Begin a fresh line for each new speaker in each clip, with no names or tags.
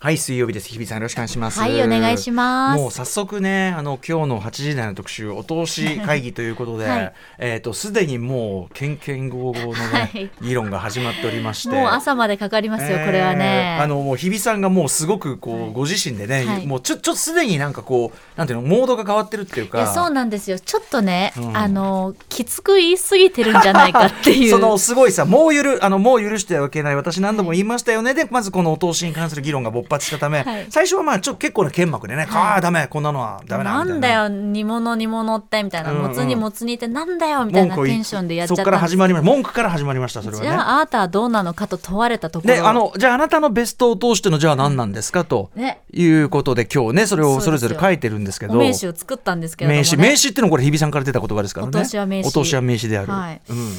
はい水曜日です日比さんよろしくお願いします
はいお願いします
もう早速ねあの今日の8時台の特集お通し会議ということで、
はい
えっ、とすでにもうけんけんごうごうのね、
はい
議論が始まっておりまして
もう朝までかかりますよ、これはね
え。ーあのもう日比さんがもうすごくこう、
はい
ご自身でね、
はい
もうちょちょっとすでになんかこうなんていうのモードが変わってるっていう
い
か
やそうなんですよちょっとね、
うん
あのきつく言い過ぎてるんじゃないかってい う
そのすごいさもうゆるあのもう許してはいけない私何度も言いましたよねでまずこのお通しに関する議論が勃発したため、
はい
最初はまあちょっと結構な剣幕でね、ああダメこんなのはダメだ
な
みたい
ん
な
だよ煮物煮物ってみたいな、
うんうん
もつ煮もつ煮ってなんだよみたいな
言
テ
い
ンションでやっちゃった
そこ
ん
から
です
始まりました文句から始まりましたそれは
じ
ね
ゃああなたはどうなのかと問われたところ
であのじゃああなたのベストを通してのじゃあ何なんですかと
ね
いうことで今日ねそれをそ
そう
れ
です
ぞ
よ
れ書いてるんですけど
お名刺を作ったんですけれども、ね、
名刺名刺ってのはこれ日比さんから出た言葉ですからね
お通しは名刺
お通しは名刺である、
はい
うん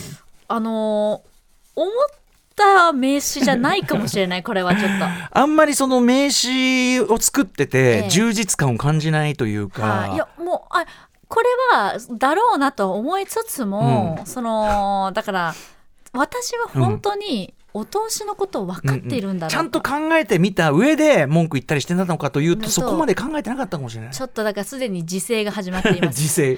あのー思った名刺じゃないかもしれないこれはちょっと。
あんまりその名刺を作って
え
て
え
充実感を感じないというか、
はい、いやもうあこれはだろうなと思いつつも、そのだから私は本当にお通しのことを分かっているんだろう
ちゃんと考えてみた上で文句言ったりしてたのかというと
そう
そこまで考えてなかったかもしれない
ちょっとだからすでに自制が始まっていま す
時勢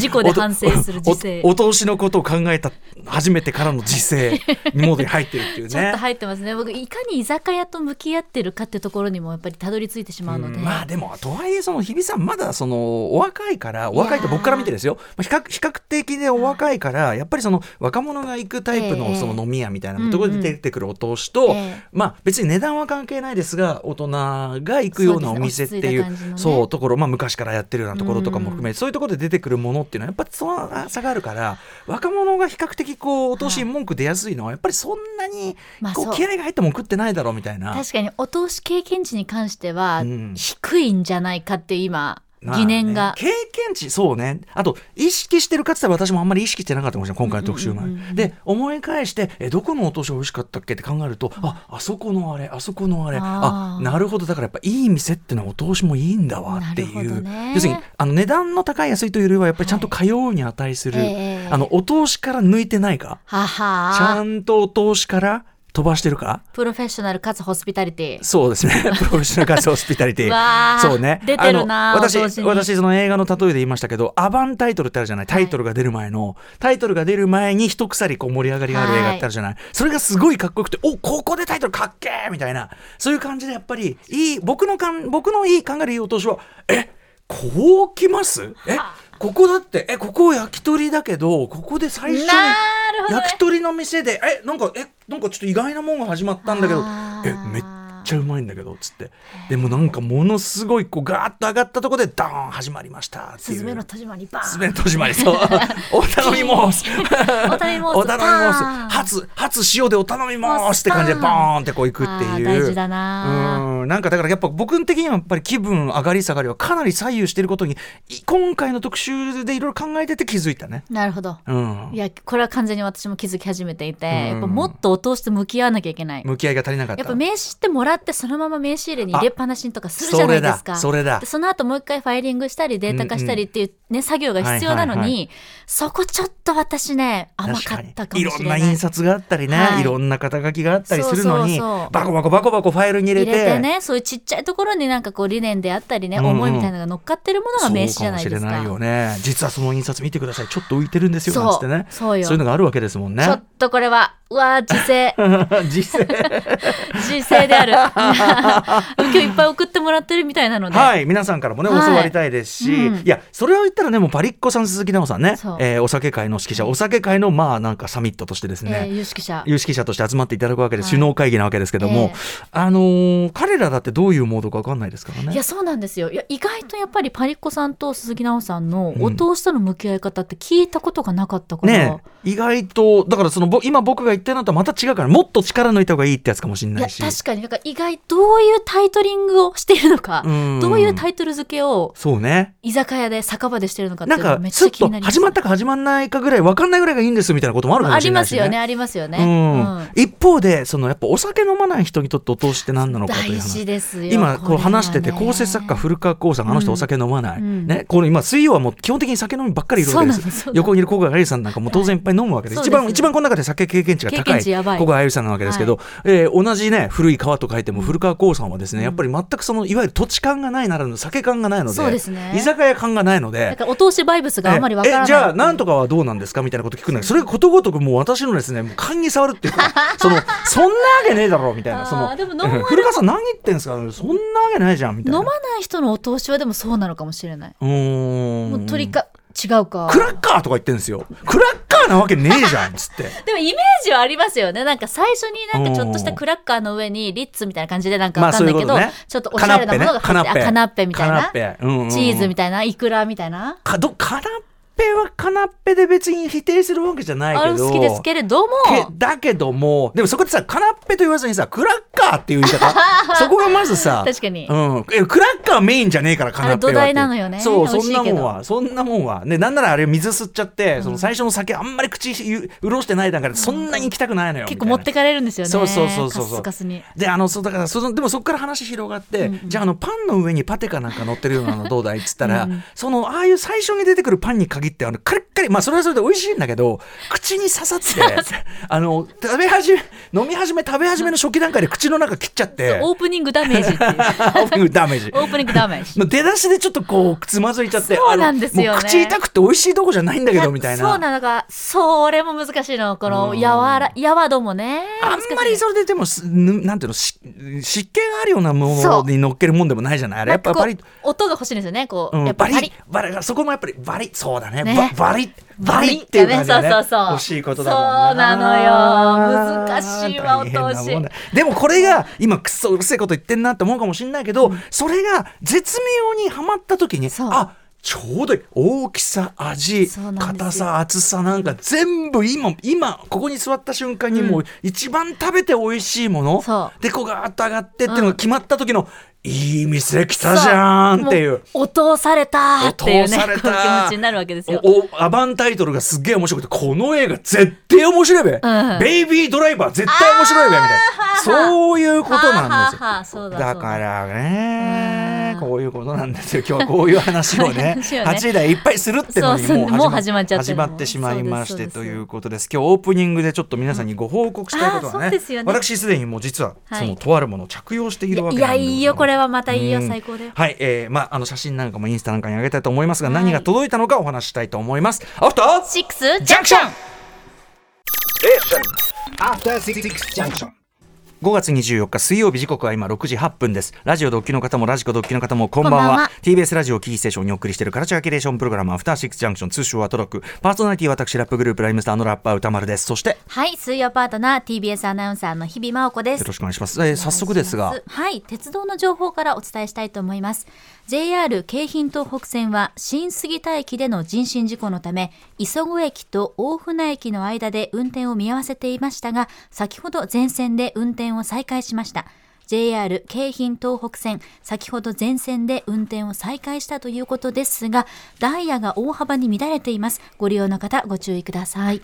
事故で反省する自制
おおお通しのことを考えた初めてからの時 勢モードに入ってるっていう
ちょっ
ね
と入ってますね僕いかに居酒屋と向き合ってるかってところにもやっぱりたどり着いてしまうので、
うんまあでもとはいえその日比さんまだそのお若いからお若いと僕から見てですよまあ比較比較的でお若いからやっぱりその若者が行くタイプ
え
の
え
その飲み屋みたい
うんう
なんところで出てくるお通しと、
ええ
まあ別に値段は関係ないですが大人が行くようなお店ってい
そうですね落ち着いた感じの
う
ね
そうところまあ昔からやってるようなところとかも含めそういうところで出てくるものっていうのはやっぱその差があるから若者が比較的こうお通しに文句出やすいのはやっぱりそんなに
まあ
こ
そう
う気合が入ったもん食ってないだろうみたいな。
確かにお通し経験値に関しては
うん
低いんじゃないかって今
まあね
疑念が、
経験値そうねあと意識してるかつて私もあんまり意識してなかったかもしれない今回の特集前、
うんうんうんうん
で思い返してえどこのお年が美味しかったっけって考えると、ああそこのあれあそこのあれあ
あー
なるほどだからやっぱいい店ってのはお通しもいいんだわって
な
いう
るほどね
要するにあの値段の高い安いというよりはやっぱりちゃんと通うに値する、
はいええ
あのお通しから抜いてないか
は
ちゃ
は
んとお通しから飛ばしてるか
プロフェッショナルかつホスピタリティ
そうです ね。プロフェッショナルカーズホスピタリティ。
わー
そうね。
出てるなー
あの私、
お通しに
私、その映画の例えで言いましたけど、アバンタイトルってあるじゃない。タイトルが出る前の、タイトルが出る前に一鎖こう盛り上がりがある映画ってあるじゃない。それがすごいかっこよくて、お、ここでタイトルかっけーみたいな。そういう感じでやっぱり、いい、僕のかん、僕のいい考えるいいお年は、え、こう来ますえ、ここだって、え、ここ焼き鳥だけど、ここで最初に。
なるほどね
焼き鳥の店で、え、なんか、え、なんかちょっと意外なもんが始まったんだけど
あ、
え、
ー
めっちゃうまいんだけど、つって。でもなんかものすごい、こう、ガーッと上がったとこで、ダーン始まりましたって
ス
いう。
ズメの戸締まりバーン
すべの戸締まり、 そう。お頼み申す。
お頼み申す
お頼み
バーン
申す。初、初塩でお頼み申すって感じで、
バーン
バーンってこう行くって
あ
い
ー
う。
大事だな
うんなんかだからやっぱ僕的にはやっぱり気分上がり下がりはかなり左右していることにい今回の特集でいろいろ考えてて気づいたね。
なるほど
うん
い、やこれは完全に私も気づき始めていて、
ん
やっぱもっとお通しと向き合わなきゃいけない
向き合いが足りなかった。
やっぱ名刺ってもらってそのまま名刺入れに入れっぱなしとかするじゃないですか
それだそれだ
でその後もう一回ファイリングしたりデータ化したりっていう、ね作業が必要なのに、
はいはい
そこちょっと私ね甘かったかもしれない
確かにいろんな印刷があったりね、
はい
い、ろんな肩書きがあったりするのに
そうそうそう
バコバコバコバコファイルに入れ
入
て
れてねそういうちっちゃいところになんかこう理念であったりね、
うんうん
思いみたいなのが乗っかってるものが名刺じゃないで
そ
す
う
か。
かもしれないよね実はその印刷見てくださいちょっと浮いてるんですよ
そう
なんつってね
そうよ
いうのがあるわけですもんね
ちょっとこれはうわー 自制
実 際
自制である今日いっぱい送ってもらってるみたいなので、
はい皆さんからもね教
はい
わりたいですし、
うん
いやそれを言ったらねもうパリッコさん鈴木奈緒さんね
そう、
えーお酒会の指揮者お酒会のまあなんかサミットとしてですね、
えー有識者
有識者として集まっていただくわけです、
はい
首脳会議なわけですけども、
ええ
あのー彼らだってどういうモードかわかんないですからね
いやそうなんですよいや意外とやっぱりパリッコさんと鈴木奈緒さんのお通しとの向き合い方って聞いたことがなかったから、
ねえ意外とだからそのぼ今僕が言ったのとはまた違うからもっと力抜いた方がいいってやつかもしれ
い
な
や
いし
確かになんか意外どういうタイトリングをしているのか、
うん
どういうタイトル付けを
そうね
居酒屋で酒場でしてるのかって
な
いうんのが
か
めっち
ス
ゃ
ッ
気
と
になります
始まったか始まんないかぐらい分かんないぐらいがいいんですみたいなこともあるか
あ
もしれ
り
な
ま
いし、
す
ね、
よねありますよね、
うん
うん
一方でそのやっぱお酒飲まない人にとってお通しって何なのかという
大
話
事ですよ
今こう話してて
これはね
構成作家古川光さんあの人
うん
お酒飲まない、
うん
ね、この今水曜はもう基本的に酒飲みばっかりいるわけです
そうなんですそうなんです
横にいる古川有里さんなんかもう当然いっぱい飲むわけで
そう
一
です
番一番この中で酒経験値がが高
経験
い
値やばい
ここがあゆさんなわけですけど、えー同じね古い川と書いても古川興産はですね、やっぱり全くそのいわゆる土地感がないならぬ酒感がないので
そうですね
居酒屋感がないので
だ。からお通しバイブスがあんまりわからない
えじゃあなんとかはどうなんですかみたいなこと聞くんだけどそれがことごとくもう私のですねもう勘に触るっていうか そのそんなわけねえだろみたい
あ
な
ー
その
でもノンアル
うん古川さん何言ってんすかそんなわけないじゃんみたい
飲
な
まない人のお通しはでもそうなのかもしれない。
うーん
もう鳥か違うか。
クラッカーとか言ってんですよクラッカーなわけねえじゃんっつって
でもイメージはありますよね。なんか最初になんかちょっとしたクラッカーの上にリッツみたいな感じでなんかわかんないけど、
まあそういうことね
ちょっとおしゃれなものが
カナッペね
入ってあカナッペみたい
カナ
な、
ッペうんうんうん
チーズみたいな、イクラみたいな。
かどカナッペはカナッペで別に否定するわけじゃない
あ
け
れ
ど
好きですけれども、
けだけどもでもそこでさカナッペと言わずにさクラッカーっていう言い 方そこがまずさ
確かに
うん、えクラッカーメインじゃねえからカナッペはっていう
あれ土台なのよね
そう
美
そ
味し
ん
い
な
けど
もんはそんなもんはねなんならあれ水吸っちゃって、その最初の酒あんまり口ゆ潤してないだからそんなに行きたくないのよ、
結
みたい
構
な
持ってかれるんですよね。
そうそうそうそう
カスカスに。
であのそうだからそのでもそこから話広がって、じゃああのパンの上にパテかなんか乗ってるようなのどうだいっつったらそのああいう最初に出てくるパンに限ってあのカリッカリまあそれはそれで美味しいんだけど口に刺さって あの食べ始め飲み始め食べ始めの初期段階で口の中切っちゃって
オープニングダメージ っていう。
オープニングダメージ
オ。ープニングダメージ。
の出だしでちょっとこうつまずいちゃって
そうなんですよね
あのもう口痛くて美味しいとこじゃないんだけどみたいな
そうなのが、それも難しいの。この、やわら、やわどもね。
あんまりそれででもすぬなんていうのし湿気があるようなものに乗っけるもんでもないじゃないあれや
な
っ
ん
ぱ
かこう
パリッ
音が欲しいんですよね。こう、
うん
やっぱ
バ
り。
リバリそこもやっぱりバリそうだね
ね
ババリバリっていう
が
感
ね
じがね
そうそうそう
欲しいことだもん
そうなのよ難しいわ
大変なもんだ
お通し
でもこれが今くっそうるせえこと言ってんなって思うかもしれないけど、それが絶妙にはまった時に
そう
あちょうどいい大きさ味
そうなんですよ
硬さ厚さなんか全部今今ここに座った瞬間にもう一番食べて美味しいもの、
そ
でこうガーッと上がってっていうのが決まった時の、いい店来たじゃんっていう。
そう。もう通されたっていう
お通
ね、
さ
こう
れ
いう
た
気持ちになるわけですよ。
おおアバンタイトルがすっげえ面白くてこの映画絶対面白いべ、
うん
ベイビードライバー絶対面白いべみたいなそういうことなんですよ
はあはあはあそうだ
だからね
うん
こういうことなんですよ今日はこういう話を
こういう
ね
話をね
8時台いっぱいするってのに
そうそう
も
も
う
う
始
始
ま
ま
っ
っちゃってる
始まってしまいまし
そう
て
です
と
そうです
いうことです今日オープニングでちょっと皆さんにご報告したいことは
あーそう
ね,、
ですよね
私すでにもう実は
はい
そのとあるものを着用しているわけ
い
なん
や、
でござます
いいよ、これはまたいいよ、
うん
最高だよ。
はい、えー、まあ、あの写真なんかもインスタなんかに上げたいと思いますが、
はい
何が届いたのかお話ししたいと思います。アフター
シックス
ジャンクション
After Six Junction.
5月24日水曜日時刻は今6時8分ですラジオドッキの方もラジコドッキの方もこんばんは
こんばんは
TBS ラジオをキーステーションにお送りしているカルチャーキュレーションプログラムアフターシックスジャンクション通称はトロックパーソナリティは私ラップグループライムスターのラッパー歌丸ですそしてよ
はい、水曜パートナー、TBS アナウンサーの日々真央子です
ろ。しくお願いします、えー、早速ですが
はい鉄道の情報からお伝えしたいと思います JR 京浜東北線は新杉田駅での人身事故のため磯子駅と大船駅の間で運転を見合わせていましたが先ほど全線で運転を再開しました JR 京浜東北線先ほど全線で運転を再開したということですがダイヤが大幅に乱れていますご利用の方ご注意ください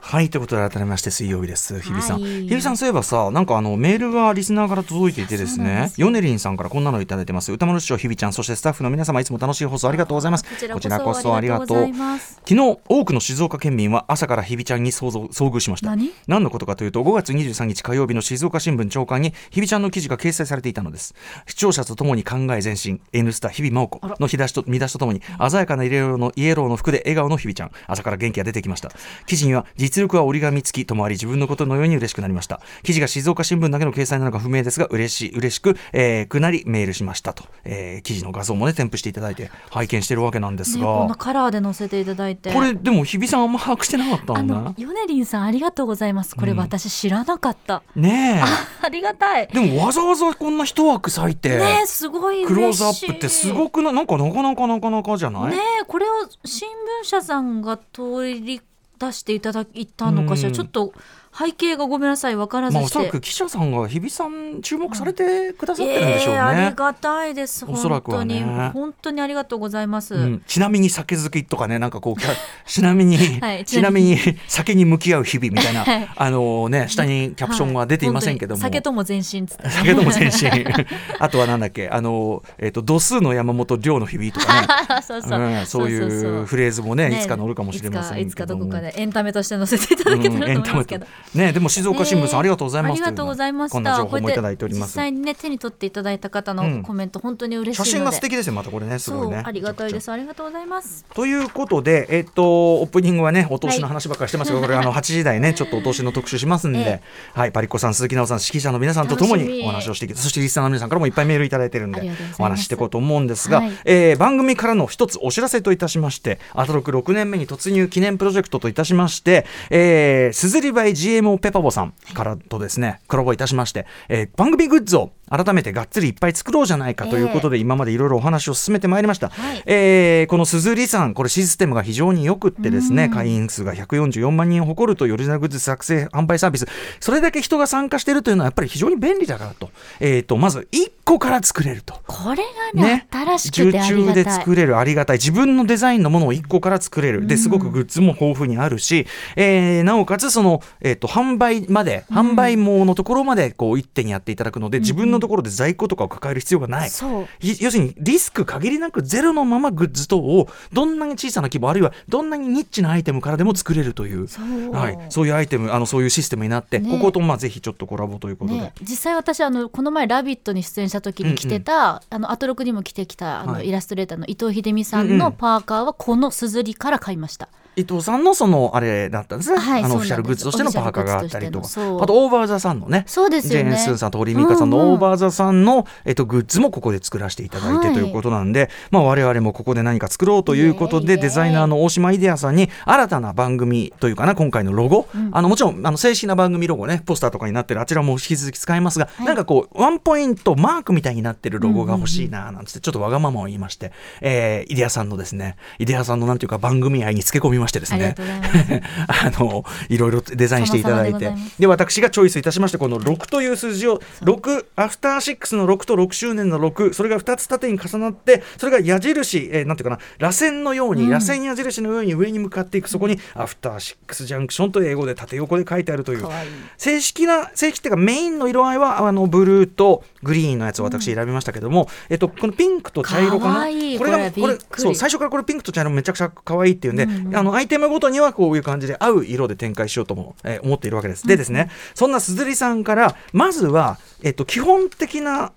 はいということで改めまして水曜日です日比さん、
はい
日比さんそういえばさなんかあのメールがリスナーから届いていてです
そうなん
ね
です
ヨネリンさんからこんなのいただいてます歌丸師匠日比ちゃんそしてスタッフの皆様いつも楽しい放送ありがとうございます
こちらこそありがとうございます
昨日多くの静岡県民は朝から日比ちゃんに遭遇遭遇しました
何
何のことかというと5月23日火曜日の静岡新聞長官に日比ちゃんの記事が掲載されていたのです視聴者とともに考え前進「N スタ日比真央子」の日出しと見出しとともに鮮やかなイエローのイエローの服で笑顔の日比ちゃん朝から元気が出てきました記事には実力は折り紙付きともあり自分のことのように嬉しくなりました記事が静岡新聞だけの掲載なのか不明ですが嬉しい嬉しく、えーくなりメールしましたと、えー記事の画像もね添付していただいて拝見してるわけなんです
ね、
が、
こんなカラーで載せていただいて
これでも日比さんあんま把握してなかった
あ
もん
の
な
ヨネリンさんありがとうございます。これ
うん
私知らなかった。
ねえ
ありがたい。
でもわざわざこんな一枠割いて、
ねえすごい嬉しい。
クローズアップってすごくななんかなかなかなかなかじゃない、
ねえこれを新聞社さんが取り出していただいたのかし
う
ら
ん
ちょっと背景がごめんなさい分からず
まあ、お
し
そら
て、
く記者さんが日比さん注目されてくださってるんでしょうね。
えーありがたいです
おそら
本
く
当
は
に、
ね
本当にありがとうございます、
うん、ちなみに酒好きとかねなんかこうキ ャちなみに、
はい
ち
ち
な
な
み
み
に酒に向き合う日々みたいな、
はい
あのね下にキャプションは出ていませんけども、
はい本当に酒とも前進つって
酒とも先進 あとはなんだっけあの、えっと度数の山本量の日々とかね
そうそう、
うん、そういうフレーズもねいつか乗るかもしれません
ねいつか
けど
いつかどこ
も
か。でエンタメとして載せていただけたら
うんエン
と思い
タ
ま
メ
すけど、
とねでも静岡新聞さん、
ね
ありがとうございます
ありがとうございました
こんな情報もいただいておりま
こ
す
うやって実際にね手に取っていただいた方のコメント、本当に嬉しいの
写
で
真が素敵ですよまたこれねす
そ
ごいうね
ありがたいですありがとうございます
ということで、えっと、オープニングはね、お通しの話ばっかりしてますけど、これ、 あの、8時台ね、ちょっとお通しの特集しますんで、
え
はい、パリッコさん、鈴木奈緒さん、指揮者の皆さんととも
楽し
に
み
お話をしていきそして、リスナーの皆さんからもいっぱいメールいただいてるん
あ
で
りがとうございま、
お
す
話ししていこうと思うんですが、
はい
えー番組からの一つお知らせといたしまして、アトロク6年目に突入記念プロジェクトといたしまして、えー、すずりばい GMO ペパボさんからとですね、コラボいたしまして、えー番組グッズを改めてがっつりいっぱい作ろうじゃないかということで、今までいろいろお話を進めてまいりました。
はい
えーこの鈴木さん、これシステムが非常によくってですね、会員数が144万人を誇るというオリジナルグッズ作成販売サービス、それだけ人が参加しているというのはやっぱり非常に便利だからと、えー、とまず1個から作れると。
これがね
ね、
新し
受
くてあり
注
が
で
たい
作れるありがたい自分のデザインのものを1個から作れるですごくグッズも豊富にあるし、えーなおかつその、えー、と販売まで販売網のところまでこう一手にやっていただくので、自分のところで在庫とかを抱える必要がない、
そう
い要するにリスク限りなくゼロのままグッズ等をどんなに小さな規模あるいはどんなにニッチなアイテムからでも作れるという
そう
はい、そういうアイテムあのそういうシステムになって、
ね
こことまあぜひちょっとコラボということで。
ね、実際私あのこの前「ラビット!」に出演した時に着てた、あのアトロクにも着てきたあの、
はい
イラストレーターの伊藤秀美さ
うん
ん
うん
のパーカーはこのすずりから買いました、
伊藤さんのそのあれだったんですね、
はい
あのオ
そうな
フィシャル
んです
グッズとしてのパーカーがあったりと
オ
か
フィシャルグッズとしてのそう
あとオーバーザさんのね
そうですよね
ジェーン・スーさんと堀美香さん
うん
の
うん
オーバーザさんの、えっと、グッズもここで作らせていただいて
はい
ということなんで、まあ、我々もここで何か作ろうということ
イエ
で
ーイ
デザイナーの大島イデアさんに新たな番組というかな今回のロゴ、あのもちろんあの正式な番組ロゴねポスターとかになってるあちらも引き続き使いますが、なんかこうワンポイントマークみたいになってるロゴが欲しいななんつってちょっとわがままを言いまして、えーイデアさんのですねイデアさんのなんていうか番組愛につけ込みましてです
あり
ね
がとうございます
あのいろいろデザインしていただい
様々
て
で
で
ございま
私がチョイスいたしましてこの6という数字を6アフターシックスの6と6周年の6それが2つ縦に重なってそれが矢印、えーなんていうかな螺旋のように、螺旋矢印のように上に向かっていくそこにアフターシックスジャンクションと英語で縦横で書いてあるという
かわいい
正式な正式っていうかメインの色合いはあのブルーとグリーンのやつを私選びましたけども、えっと、このピンクと茶色かな
かわいい
これが
これ
これ
びっくり
そう最初からこれピンクと茶色めちゃくちゃ可愛いっていうんで、あのアイテムごとにはこういう感じで合う色で展開しようとも、えー思っているわけです。でですね、そんなすずりさんからまずは、えっと、基本的な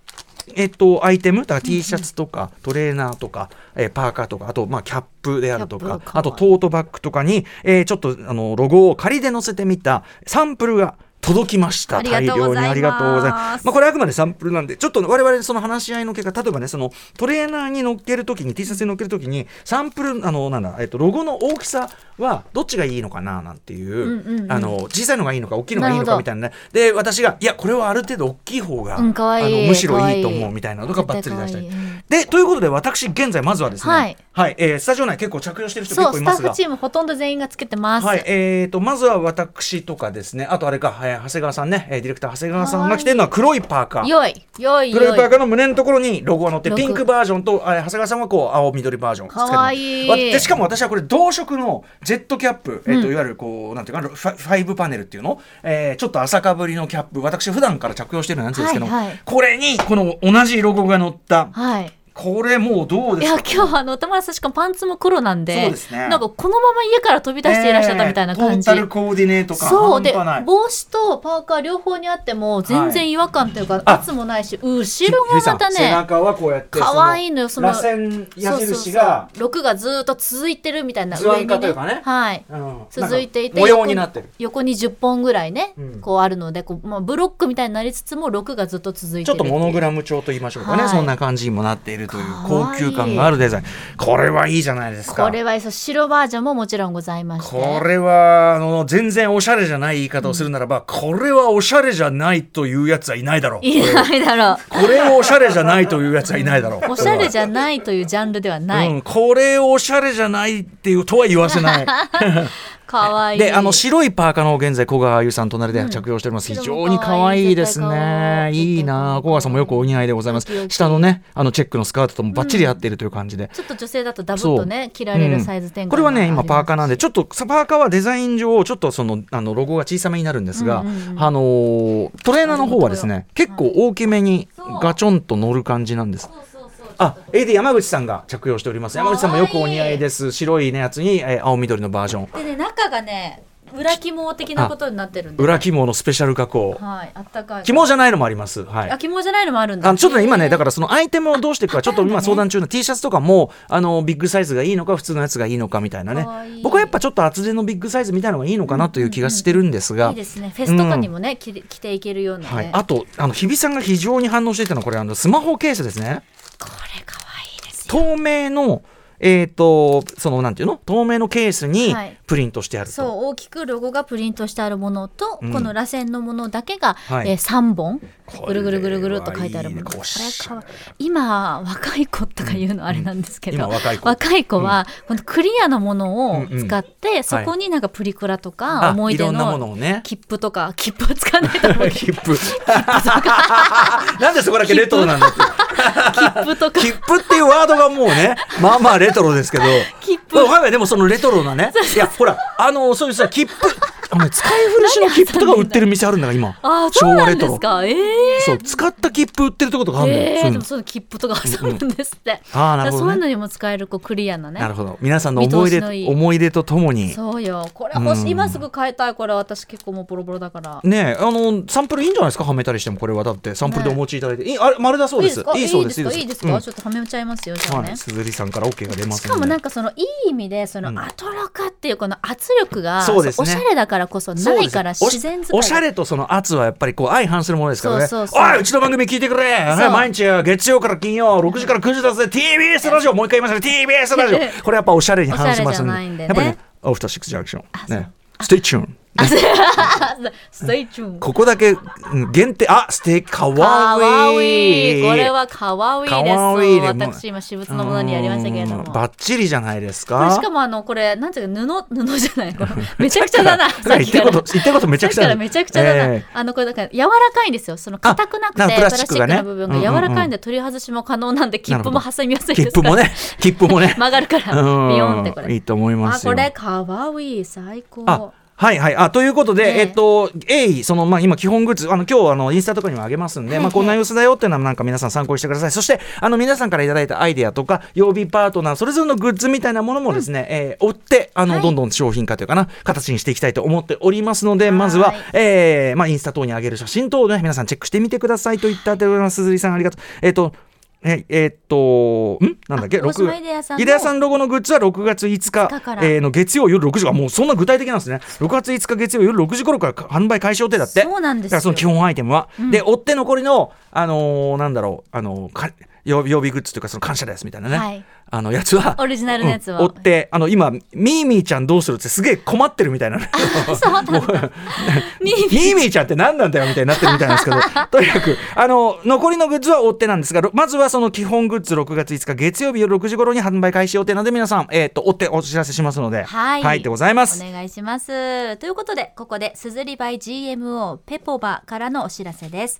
えっと、アイテムだから T シャツとかトレーナーとか、えーパーカーとかあと、まあ、キャップであると
キャッ
か
プかわいい
あとトートバッグとかに、えーちょっとあのロゴを仮で載せてみたサンプルが届きました
ありがとうございます
大量にありがとうございます、まあ、これあくまでサンプルなんでちょっと我々その話し合いの結果例えばねそのトレーナーに乗っけるときに T シャツに乗っけるときにサンプルあのなんだ、えっと、ロゴの大きさはどっちがいいのかななんていう,、
うんうんうん
あの小さいのがいいのか大きいのがいいの
なる
か
ほど
みたいなねで私がいやこれはある程度大きい方が、
うんかわいい
あのむしろ
かわ
い
い
い
い
と思うみたいなのがバッツリ出したり
絶対かわいいうん
でということで私現在まずはですね
はい
えースタジオ内結構着用してる人結
そう
構い
スタ
ます
ッ
が
フチームほとんど全員がつけてます、
はい、えー、とまずは私とかですねあとあれか、えー長谷川さんね、えーディレクター長谷川さんが着てるのは黒いパーカー。
よいよい
黒い
よい
パーカーの胸のところにロゴが載ってる
ロゴ
ピンクバージョンとあれ長谷川さんはこう青緑バージョンつけてる
かわいい
わでしかも私はこれ同色のジェットキャップ、えーといわゆるこうなんていうかなファファイブパネルっていうの、えーちょっと浅かぶりのキャップ私普段から着用してるなんですけども、
はいはい
これにこの同じロゴが載った
はい
これもうどう
い
です
や
か
今日あの田村さんしかもパンツも黒なんで
そうですね
なんかこのまま家から飛び出していらっしゃったみたいな感じ、
えートータルコーディネート感
そうで
半端ない
帽子とパーカー両方にあっても全然違和感というか
あ
圧もないし後ろがまた
背
ね
中はこうやって
可愛いのよその
螺旋矢印が
そうそうそう6がずーっと続いてるみたいな
図案化というかね
はい
うん
続いていて
なんか模様になってる
横に10本ぐらいね、
ん
こうあるのでこう、まあ、ブロックみたいになりつつも6がずっと続い
ち
て
ょ
る
っとモノグラム調と言いましょうかね、
はい
そんな感じにもなっているという
か
高
わいい
級感があるデザインこれはいいじゃないですか
これはそう白バージョンももちろんございまして
これはあの全然おしゃれじゃない言い方をするならば、これはおしゃれじゃないというやつはいないだろう
いないだろ
これをおしゃれじゃないというやつはいないだろう
うおしゃれじゃないというジャンルではない、
うん、これをおしゃれじゃないっていうとは言わせない
かわいい。
であの白いパーカーの現在小川優さん隣で着用しております、
うん
非常に可愛いです
可
ね
愛い
いいなあ小川さんもよくお似合いでございます
よきよき
下のねあのチェックのスカートともバッチリ合っているという感じで、
ちょっと女性だとダブッとね着られるサイズ展開、
これはね今パーカーなんでちょっとさパーカーはデザイン上ちょっとそのあのロゴが小さめになるんですが、
うんうんうん
あのートレーナーの方はですね結構大きめにガチョンと乗る感じなんです
そうそうそう
あ、AD 山口さんが着用しております。山口さんもよくお似合いです。白いねやつに、えー青緑のバージョン。
でね中がね裏肝的なことになってるんで、
裏肝のスペシャル加工。
はいあったかい
肝じゃないのもあります。は
あ
い。
肝じゃないのもあるんだ
あのちょっとね、今ね、だ
か
からそのアイテムをどうしていくか、ちょっと今相談中の T シャツとかも、あの、ビッグサイズがいいのか、普通のやつがいいのかみたいなね
かわいい。
僕はやっぱちょっと厚手のビッグサイズみたいなのがいいのかなという気がしてるんです
い
が
いで。すねフェスとかにもね、着着ていけるようなね、
はい。あと、あの、日比さんが非常に反応していたのは、これ、あの、スマホケースですね。
これ可愛いですよ
透明の、えっと、その、なんていうの透明のケースに
はい
プリントしてある
そう
と。
大きくロゴがプリントしてあるものと、
ん
この螺旋のものだけが、
はい
えー、3本
こ
ぐ
れ
るぐるぐるぐるっと書いてある
はい
もの
いね
こ
お
れ
し
かわいい今若い子とか言うのあれなんですけど、
今若い子
は、このクリアなものを使って、そこになんかプリクラとか
あ
思い出
いろんなもの
の
をね
切符とか切符は使わないと思うけど
切符 なんでそこだけレトロなんだって
切符とか
切符っていうワードがもうねまあまあレトロですけど
切符
まあはいでもそのレトロなねいやほらあのそういうさ切符お前使い古しの切符とか売ってる店あるんだから今
ああそうなんですかええ
そう使った切符売ってるとことがあるんだよ、
え
そうい
え
う
で
の
もその切符とか挟むんですって、
ああなるほどね
そういうのにも使えるこうクリアなね
なるほど皆さんの思い
見
出
通しのいい
思い出とともに
そうよこれ欲し
うん
い今すぐ買いたいこれ私結構もうボロボロだから
ねえあのサンプルいいんじゃないですかはめたりしてもこれはだってサンプルでお持ちいただいて、いいあれ丸だそうです
か
いいそうです
いいですかいいです
うん
かちょっとはめちゃいますよじゃあ
はい、
ね
鈴木さんから OK が出ます
しかもなん
か
かそのいい意味でそ
うん
のアトロカっていうこの圧力が
そうですね
おしゃれだからこそないから自然使い
おしゃれとその圧はやっぱりこう相反するものですからね
そうそうそう
おいうちの番組聞いてくれ、
そう
毎日月曜から金曜6時から9時だぜ TBS ラジオもう一回言いますね TBS ラジオこれやっぱおしゃれに反します
おしゃれじゃないんでね
やっぱりねオフターシックスジャンクション
そう
ねステイチューン
ステイチューン
ここだけうん限定あステイカ
か
ワ
わ
ウイ
いいこれはかわいいです
かわいいね
私今私物のものにやりましたけれども
うんバッチリじゃないです
こ
か
れしかもあのこれなんていうか布布じ ゃないこれめちゃくちゃだな
だから言ってること言ってることめちゃくちゃ
だか
だ
らめちゃくちゃだな、
ええ
あのこれだから柔らかいんですよその硬くなくて
あな
プ
んかプラ
ラ
ス
ス
チ
チ
ッ
ッ
ク
ク
がね
な部分が柔らかいんで取り外しも可能なんで切符も挟みやすいで
切
すか
符
ら
もね切符も ね
曲がるからビヨンってこ
うんいい
れ
と思いま
あ
すよ
これかわいい最
あ
高
はいはいあということで、
ねえ
えっと、鋭意その、まあ、今、基本グッズ、あの今日あのインスタとかにもあげますんで、
はい
まあ、こんな様子だよっていうのは、なんか皆さん参考にしてください、そしてあの皆さんからいただいたアイデアとか、曜日パートナー、それぞれのグッズみたいなものもですね、えー追ってあの、
はい
どんどん商品化というかな、形にしていきたいと思っておりますので、まずは
はい、
えーまあ、インスタ等にあげる写真等を、ね、皆さんチェックしてみてくださいといったでございます、鈴木さん、ありがとう。えっとええっと、んなんだっけ、
あ大島
六
イデアさんの
イデアさんロゴのグッズは6月5日
5日から
えーの月曜夜6時はもうそんな具体的なんですね6月5日月曜夜6時頃から販売開始予定だって
そうなんです
だ
よ
からその基本アイテムは、で追って残りのあのーなんだろうあのーか曜曜日グッズというかその感謝ですみたいなね、
はい
あのやつは
オリジナルのやつは
うん追ってあの今みーみーちゃんどうするってすげえ困ってるみたいなね
そうなんだミ
ミーミーちゃんって何なんだよみたいになってるみたいなん ですけどとにかくあの残りのグッズは追ってなんですがろまずはその基本グッズ6月5日月曜日夜6時頃に販売開始予定なので皆さん、えー、と追ってお知らせしますので
はい、
でございます。
お願いします。ということで、ここで、すずりバイ GMO ペポバからのお知らせです。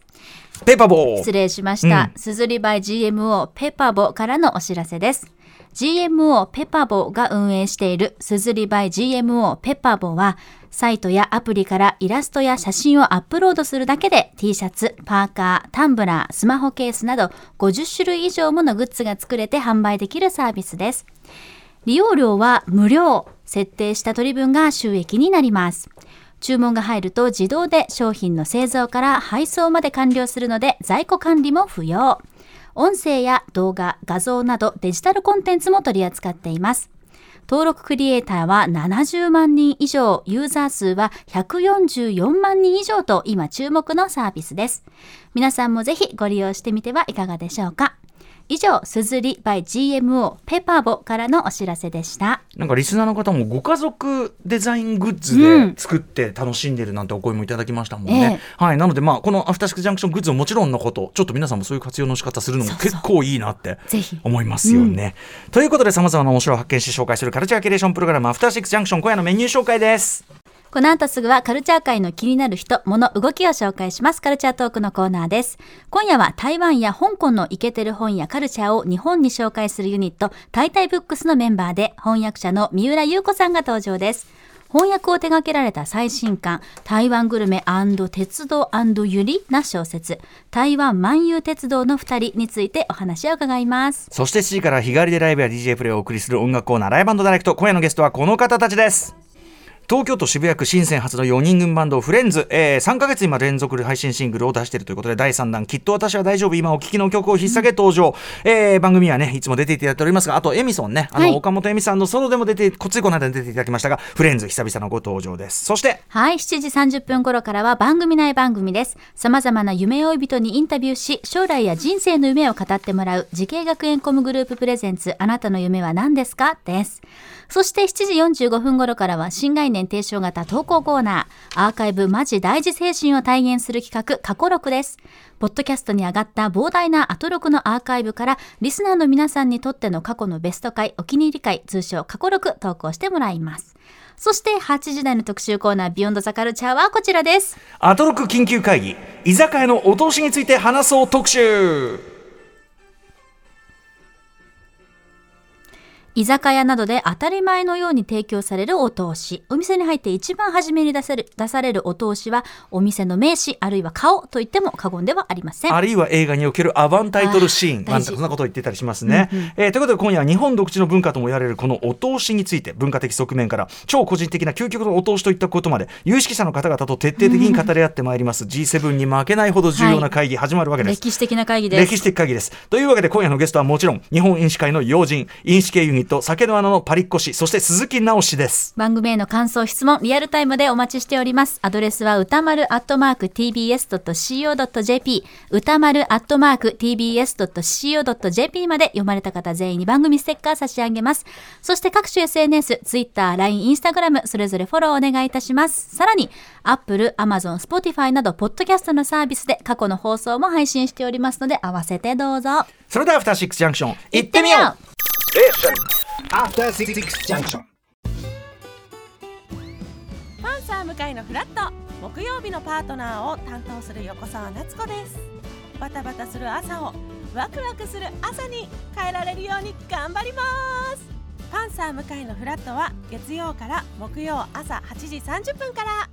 ペーパーボー
失礼しました。すずりバイ GMO ペパボからのお知らせです。GMO ペパボが運営しているすずりバイ GMO ペパボは、サイトやアプリからイラストや写真をアップロードするだけで T シャツ、パーカー、タンブラー、スマホケースなど50種類以上ものグッズが作れて販売できるサービスです。利用料は無料。設定した取り分が収益になります。注文が入ると自動で商品の製造から配送まで完了するので在庫管理も不要。音声や動画、画像などデジタルコンテンツも取り扱っています。登録クリエイターは70万人以上、ユーザー数は144万人以上と今注目のサービスです。皆さんもぜひご利用してみてはいかがでしょうか。
以上、すずり by GMO ペパーボからのお知らせでした。
なんかリスナーの方もご家族デザイングッズ
うん
で作って楽しんでるなんてお声もいただきましたもんね。はい、なのでまあこのアフターシックスジャンクショングッズももちろんのことちょっと皆さんもそういう活用の仕方するのも
そうそう
結構いいなって
ぜひ
思いますよね。ということでさまざまな面白を発見して紹介するカルチャーキュレーションプログラム「アフターシックスジャンクション」今夜のメニュー紹介です。
この後すぐはカルチャー界の気になる人、物、動きを紹介しますカルチャートークのコーナーです。今夜は台湾や香港のイケてる本やカルチャーを日本に紹介するユニット、タイタイブックスのメンバーで翻訳者の三浦優子さんが登場です。翻訳を手掛けられた最新刊、台湾グルメ鉄道ゆりな小説、台湾万有鉄道の二人についてお話を伺います。
そして7時から日帰りでライブや DJ プレイをお送りする音楽コーナーライブダイレクト今夜のゲストはこの方たちです東京都渋谷区新鮮発の4人組バンドフレンズ、えー、3ヶ月今連続で配信シングルを出しているということで第3弾「きっと私は大丈夫今お聴きの曲」を引っ提げ登場、えー番組にはねいつも出ていただいておりますがあとエミソンねあの、
はい
岡本エミさんのソロでも出てこっちりこの間出ていただきましたがフレンズ久々のご登場ですそして
はい、7時30分頃からは番組内番組です。様々な夢追い人にインタビューし、将来や人生の夢を語ってもらう、時系学園コムグループプレゼンツ、あなたの夢は何ですかです。そして7時45分頃からは、新概念提唱型投稿コーナー、アーカイブマジ大事精神を体現する企画、過去録です。ポッドキャストに上がった膨大なアトロクのアーカイブから、リスナーの皆さんにとっての過去のベスト回、お気に入り回、通称過去録、投稿してもらいます。そして8時台の特集コーナービヨンドザカルチャーはこちらです。
アトロク緊急会議居酒屋のお通しについて話そう特集
居酒屋などで当たり前のように提供されるお通し。お店に入って一番初めに出せる、出されるお通しは、お店の名刺あるいは顔と言っても過言ではありませ ん。
あるいは映画におけるアバンタイトルシーン
あ
な
ー
ん
大
て
事
そんなことを言ってたりしますね。えーということで今夜は日本独自の文化とも言われるこのお通しについて文化的側面から超個人的な究極のお通しといったことまで有識者の方々と徹底的に語り合ってまいります G7 に負けないほど重要な会議始まるわけです。
歴史的な会議です。
歴史的会議です。というわけで今夜のゲストはもちろん日本飲酒会の要人、飲酒系ユニット、酒の穴のパリッコ氏、そして鈴木直氏です。
番組への感想、質問、リアルタイムでお待ちしております。アドレスは歌丸アットマーク tbs.co.jp 歌丸アットマーク tbs.co.jp まで読まれた方全員に番組ステッカー差し上げます。そして各種 SNS、Twitter、LINE、Instagram それぞれフォローお願いいたします。さらに、Apple、Amazon、Spotify などポッドキャストのサービスで過去の放送も配信しておりますので合わせてどうぞ。
それではアフターシックスジャンクション行ってみよう
After Six Junction.
パンサー向かいのフラット木曜日のパートナーを担当する横澤夏子ですバタバタする朝をワクワクする朝に変えられるように頑張りますパンサー向かいのフラットは月曜から木曜朝8時30分から